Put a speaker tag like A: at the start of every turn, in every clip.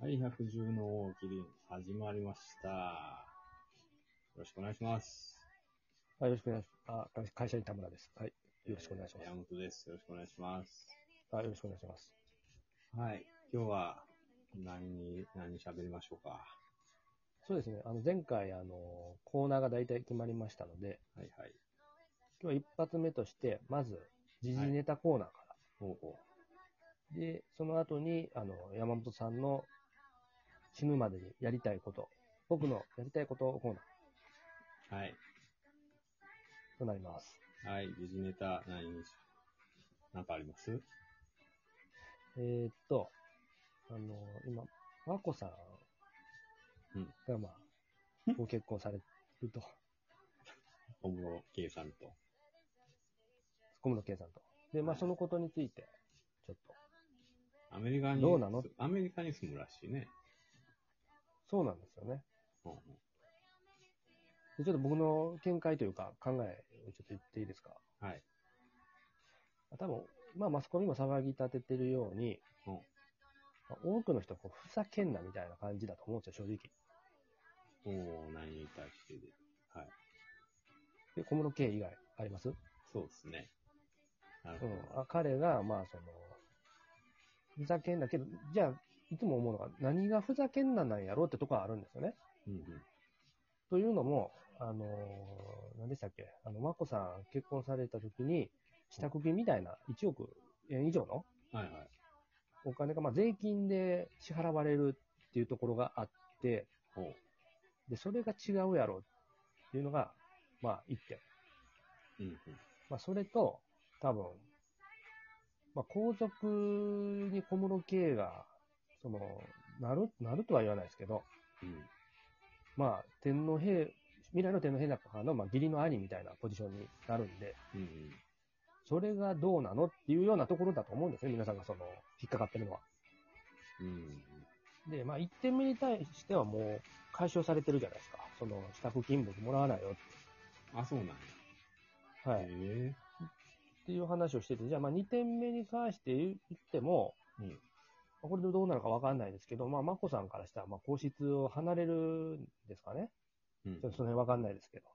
A: はい、百獣の王麒麟、始まりました。よろしくお願いします。
B: はい、よろしくお願いします。あ、会会社員田村です。はい、よろしくお願いしま
A: えー山本です。よろしくお願いします。
B: す。あ、よろしくお願いします。
A: はい、今日は何、何喋りましょうか。
B: そうですね、あの、前回、あの、コーナーが大体決まりましたので、
A: はいはい。
B: 今日は一発目として、まず、時事ネタコーナーか
A: ほうほ
B: ら、で、その後に、あの、山本さんの死ぬまでにやりたいこと、僕のやりたいことコーナー
A: う。はい。
B: となります。
A: はい、時事ネタ何にし、なんかあります
B: えーっと、あの、今、和子さん
A: うん
B: が、まあ、ご結婚されると、
A: 小室圭さんと。
B: 小室圭さんと。で、ま
A: は
B: あ、
A: い
B: そのことについて、ちょっと、
A: アメリカに、
B: どうなの
A: アメリカに住むらしいね。
B: そうなんですよね。
A: ほうほ
B: でちょっと僕の見解というか考えをちょっと言っていいですか。
A: うはい。
B: 多分、まあマスコミも騒ぎ立ててるように、
A: うん
B: まあ多くの人こう、ふざけんなみたいな感じだと思うんですよ、正直。
A: おー、何に対してで。
B: で、小室圭以外あります
A: そうですね。なる
B: う
A: ほど。
B: ん。あ彼が、まあその、ふざけんなけど、じゃあ、いつも思うのが、何がふざけんななんやろうってとこはあるんですよね。
A: うんうん。
B: というのも、あのー何でしたっけ、あの、眞子さん結婚された時に、支度金みたいな1億円以上の
A: はいはい。
B: お金が、まあ、税金で支払われるっていうところがあって、
A: ほう。
B: で、それが違うやろっていうのが、まあ、一点。
A: うんうん。
B: まあ、それと、多分、まあ、皇族に小室圭が、その、なる、なるとは言わないですけど、
A: うん。
B: まあ、天皇陛、未来の天皇陛下の、まあ、義理の兄みたいなポジションになるんで、
A: うんうん。
B: それがどうなのっていうようなところだと思うんですね、皆さんがその、引っかかってるのは。
A: うん。
B: で、まあ、1点目に対してはもう解消されてるじゃないですか。その、支度金僕もらわないよ
A: あ、そうなんや。
B: って。は
A: へ
B: い。っ
A: え
B: ていう話をしてて、じゃあ、まあ、2点目に関して言っても、
A: うん
B: まあこれでどうなるかわかんないですけど、まあ、眞子さんからしたら、まあ、皇室を離れるんですかね。
A: うん
B: ちょっとその辺わかんないですけど。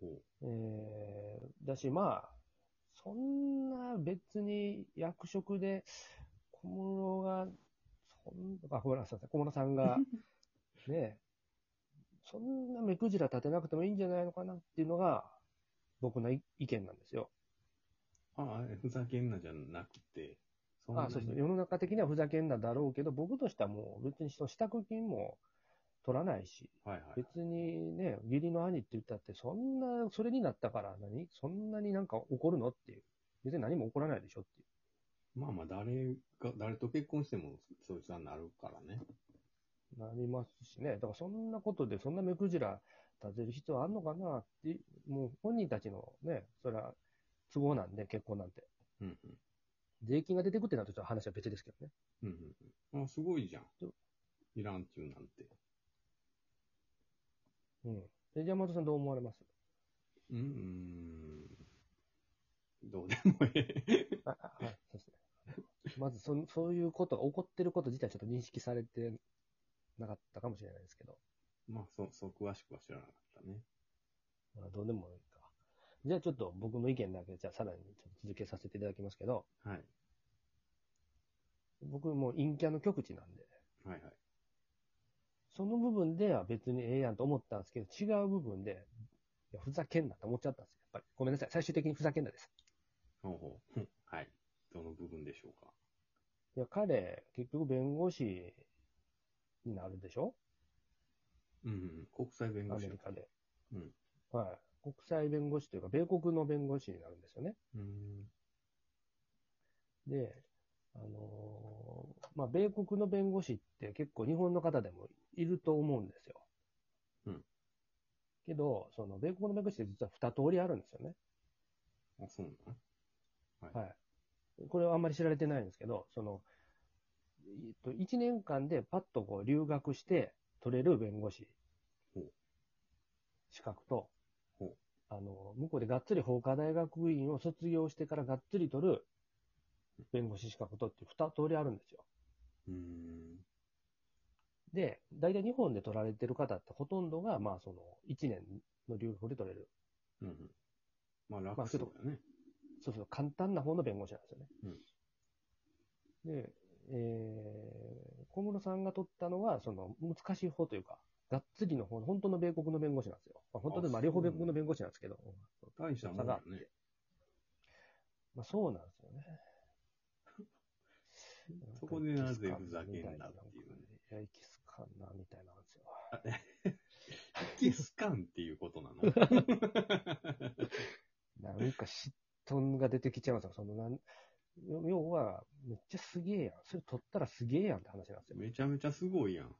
A: ほう
B: えー、だし、まあ、そんな別に役職で、小室が、そんあ、ごめんなさい、小室さんが、ねえ、そんな目くじら立てなくてもいいんじゃないのかなっていうのが、僕の意意見なんですよ。
A: あ、えふざけんなじゃなくて、そんな
B: あ
A: に
B: そうです世の中的にはふざけんなだろうけど、僕としてはもう別にその支度金も取らないし、
A: はいはい。
B: 別にね、義理の兄って言ったって、そんな、それになったから何そんなになんか怒るのっていう。別に何も起こらないでしょっていう。
A: まあまあ、誰が、誰と結婚しても、そいつはなるからね。
B: なりますしね。だからそんなことで、そんな目くじら立てる必要あんのかなって、もう本人たちのね、それは都合なんで、結婚なんて。
A: うん
B: 税金が出てくってなるとちょっと話は別ですけどね。
A: うん。うんうん。あ、すごいじゃん
B: ど。
A: いらんちゅうなんて。
B: うん。で、山本さんどう思われます
A: うーん。どうでもええ。
B: ああはい、そうですね。まずその、 そういうことが起こってること自体ちょっと認識されてなかったかもしれないですけど。
A: まあ、そ、そう詳しくは知らなかったね。
B: まあ、どうでもいいか。じゃあちょっと僕の意見だけ、じゃあさらにちょっと続けさせていただきますけど、
A: はい。
B: 僕もう陰キャの極地なんで、
A: はいはい。
B: その部分では別にええやんと思ったんですけど、違う部分で、いやふざけんなと思っちゃったんですよ。やっぱり。ごめんなさい。最終的にふざけんなです。
A: ほうほう。 はい。どの部分でしょうか。
B: いや、彼、結局弁護士になるでしょ
A: うんうん。国際弁護
B: アメ
A: 士
B: リ。カで。
A: うん。
B: はい。国際弁護士というか、米国の弁護士になるんですよね。
A: うーん。
B: で、あのーまあ、米国の弁護士って結構日本の方でもいると思うんですよ。
A: うん。
B: けど、その、米国の弁護士って実は二通りあるんですよね。
A: あ、そうなの
B: はい。これはあんまり知られてないんですけど、その、えっと、1年間でパッとこう留学して取れる弁護士
A: ほう
B: 資格と
A: ほう、
B: あの、向こうでがっつり法科大学院を卒業してからがっつり取る弁護士資格とっていう二通りあるんですよ。
A: うん。
B: で、大体日本で取られてる方ってほとんどが、まあその、1年の留学で取れる。
A: うん。まあ、楽そうだね。
B: そうそう、簡単な方の弁護士なんですよね。で、えー、小室さんが取ったのは、その、難しい方というか、がっつりの方の、本当の米国の弁護士なんですよ。まあ、本当で、ま
A: あ
B: あ、両
A: そう
B: 方米国の弁護士なんですけど、
A: 大したもんだよね。
B: まあ、そうなんですよね。
A: そこでなぜふざけんだっていうね
B: いや、いきすかんな、みたいなんですよ。
A: キスカンっていうことなの
B: なんか嫉妬が出てきちゃうんですよ。そのなん要要は、めっちゃすげえやん。それ取ったらすげえやんって話なんですよ。
A: めちゃめちゃすごいやん。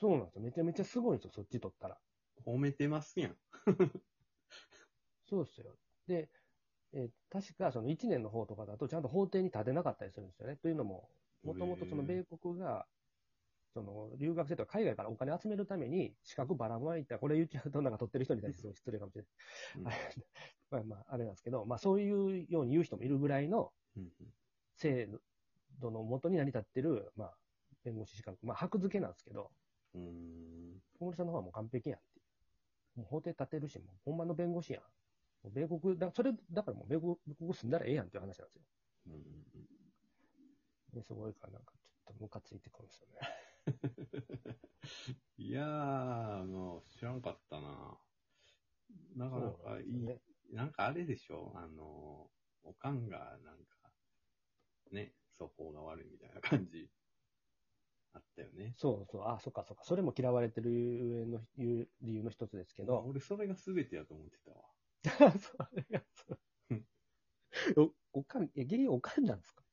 B: そうなんですよ。めちゃめちゃすごいんですよ、そっち取ったら。
A: 褒めてますやん。
B: そうですよ。で、えー確かその1年の方とかだと、ちゃんと法廷に立てなかったりするんですよね。というのも、もともとその米国が、その留学生とか海外からお金集めるために資格ばらまいた、これ言っちゃうとなんか取ってる人に対してすごい失礼かもしれ
A: うん
B: ない。 まあまあ、あれなんですけど、まあそういうように言う人もいるぐらいの
A: うん
B: 制度のもとに成り立ってる、まあ、弁護士資格、まあ、箔付けなんですけど、
A: うんうん
B: 小森さんの方はもう完璧やんっていう。もう法廷立てるし、もうほんまの弁護士やん。もう米国、だそれ、だからもう米国米国住んだらええやんっていう話なんですよ。
A: うん
B: ですごいから、なんかちょっとムカついてくるんですよね。
A: いやー、もう知らんかったな。なかなかいい、
B: ね。
A: なんかあれでしょあの、おかんが、なんか、ね、素行が悪いみたいな感じ、あったよね。
B: そうそう、あ、そっかそっか。それも嫌われてるゆえのゆ理由の一つですけど。
A: 俺、それが全てやと思ってたわ。
B: それが そうおおかん、え、原因おかんなんですか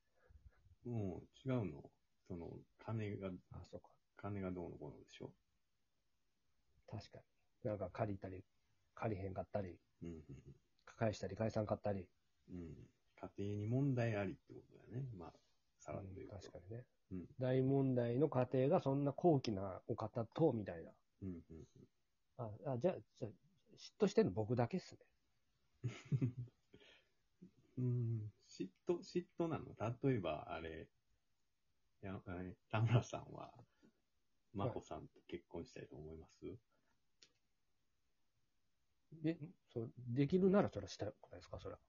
A: もう、違うの。その、金が、
B: あ、そっか。
A: 金がどうのこうのでしょ
B: 確かに。なんか借りたり、借りへんかったり、
A: うんうん
B: 返したり返さんかったり。
A: うん。うん。家庭に問題ありってことだよね。まあ、さらっと言うと。
B: 確かにね、
A: うん
B: 大問題の家庭がそんな高貴なお方と、みたいな。
A: うんうん
B: あ、あじゃあ、じゃあ嫉妬してるの僕だけっすね。
A: うん。嫉妬、嫉妬なの例えば、あれ、いや、あれ田村さんは、眞子さんと結婚したいと思います、
B: で、そう、できるならそれはしたくないですか、それは。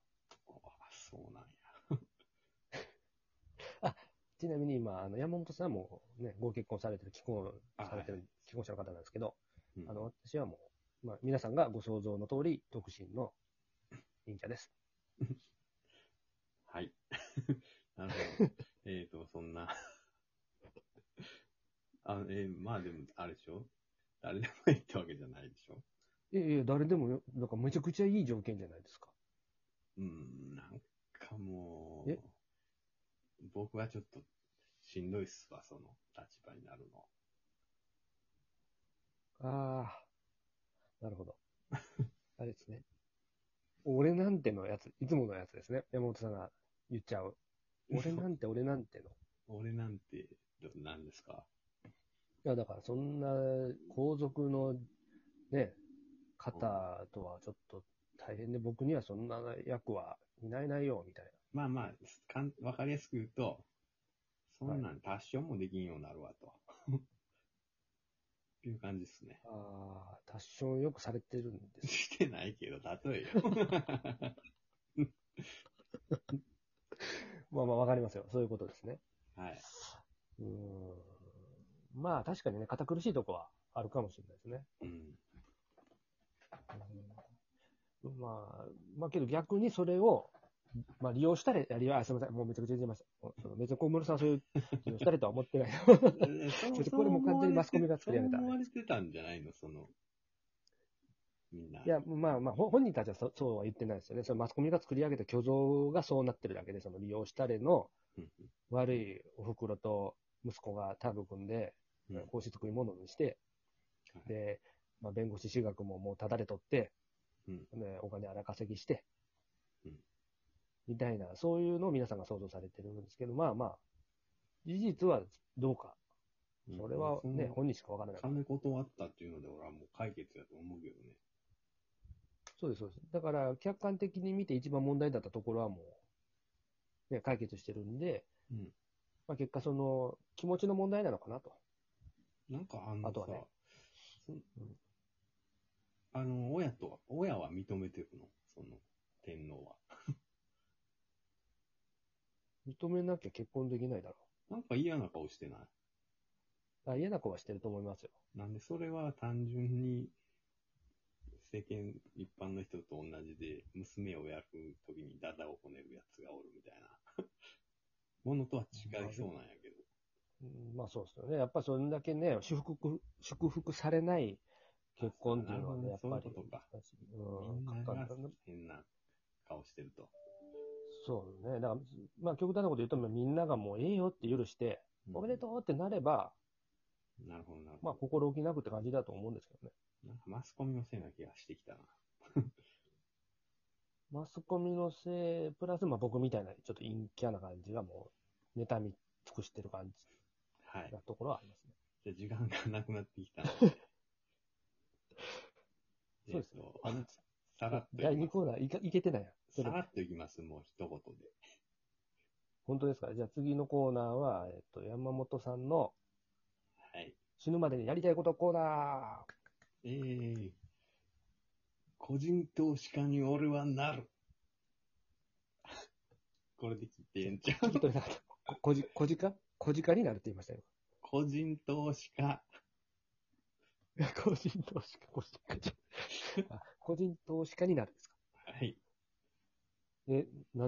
A: あそうなんや。
B: ちなみに今、あの、山本さんもね、ご結婚されてる、既婚
A: あ
B: されてる、既婚者の方なんですけど、
A: うん
B: あの、私はもう、まあ、皆さんがご想像の通り、独身の忍者です。
A: はい。 なるほど。えっと、そんな。 あのえーまあでも、あれでしょ誰でもいいってわけじゃないでしょ
B: いやいや、誰でもよ、なんかめちゃくちゃいい条件じゃないですか。
A: うん、なんかもう
B: え、
A: 僕はちょっとしんどいっすわ、その立場になるの。
B: ああ、なるほど。 あれですね。俺なんてのやつ、いつものやつですね。山本さんが言っちゃう。俺なんて、俺なんての。
A: 俺なんて、どなんですか
B: いや、だからそんな皇族のね、方とはちょっと大変で、僕にはそんな役はいないないよ、みたい
A: まあまあ、かんわかりやすく言うと、そんなん達成もできんようになるわと。 いう感じですね。
B: な。ああ、達成よくされてるんですね。
A: してないけど、例えよ。
B: まあまあわかりますよ。そういうことですね。
A: はい。
B: うーん。まあ確かにね、堅苦しいとこはあるかもしれないですね。
A: うん。
B: うんまあ、まあけど逆にそれを、まあ利用したり、あ利用、あ、すみません、もうめちゃくちゃ言ってました。おその別に小室さんはそういう利用したりとは思ってない。
A: ち
B: ょっとこれもう完全にマスコミが作り上げた
A: そう思われてたんじゃないのその、みんな。
B: いや、まあまあ、ほ本人たちはそそうは言ってないですよね。そのマスコミが作り上げた虚像がそうなってるだけで、その利用したれの
A: うん
B: 悪いお袋と息子がタッグ組んで、
A: うん
B: 皇室食い物にして、
A: はい
B: で、まあ、弁護士資格ももうただで取って、
A: うん
B: ねお金荒稼ぎして、
A: うん
B: みたいな、そういうのを皆さんが想像されてるんですけど、まあまあ、事実はどうか。それは
A: うん
B: ね、
A: その
B: 本人しかわからないから。
A: 金断ったっていうので、俺はもう解決やと思うけどね。
B: そうです、そうです。だから、客観的に見て一番問題だったところはもう、ね、解決してるんで、
A: うん
B: まあ、結果その、気持ちの問題なのかなと。
A: なんかあのさ、
B: あとはね
A: そんあの、親とは、親は認めてるのその、天皇は。
B: 認めなきゃ結婚できないだろ。
A: なんか嫌な顔してないう
B: あ嫌な子はしてると思いますよ。
A: なんで、それは単純に、世間一般の人と同じで、娘をやるときにダダをこねるやつがおるみたいな ものとは違いそうなんやけど。
B: うんまあそうですよね。やっぱそれだけね、祝福、祝福されない結婚っていうのはね、や
A: あ
B: っ
A: そうな
B: ぱ
A: るほど
B: り
A: ねそういうことか。
B: 難しい
A: みん
B: うん、
A: な
B: かか
A: が
B: る
A: 変な顔してると。
B: そうね。だから、まあ極端なこと言うと、みんながもうええよって許して、おめでとうってなれば、
A: うんなるほど、なるほど。
B: まあ心置きなくって感じだと思うんですけどね。
A: なんかマスコミのせいな気がしてきたな。
B: マスコミのせい、プラス、まあ僕みたいな、ちょっと陰キャな感じがもう、妬み尽くしてる感
A: はい
B: じな。ところはありますね。
A: じゃあ時間がなくなってき たので。
B: そうですね
A: えっとさらっと
B: 第
A: い
B: 2
A: きま
B: コーナーいかいけてないやん
A: す。
B: そ
A: さ
B: れ
A: らっといきます、もう一言で。
B: 本当ですかじゃあ次のコーナーは、えっと、山本さんの
A: はい。
B: 死ぬまでにやりたいことコーナー
A: えー、個人投資家に俺はなる。 これで切ってええんちゃう
B: 聞き取れなかった。ここじ、こじかこじかになるって言いましたよ。
A: 個人投資家。
B: 個人投資家、個人投資家。あ個人投資家になるんですか
A: はい。
B: え、なん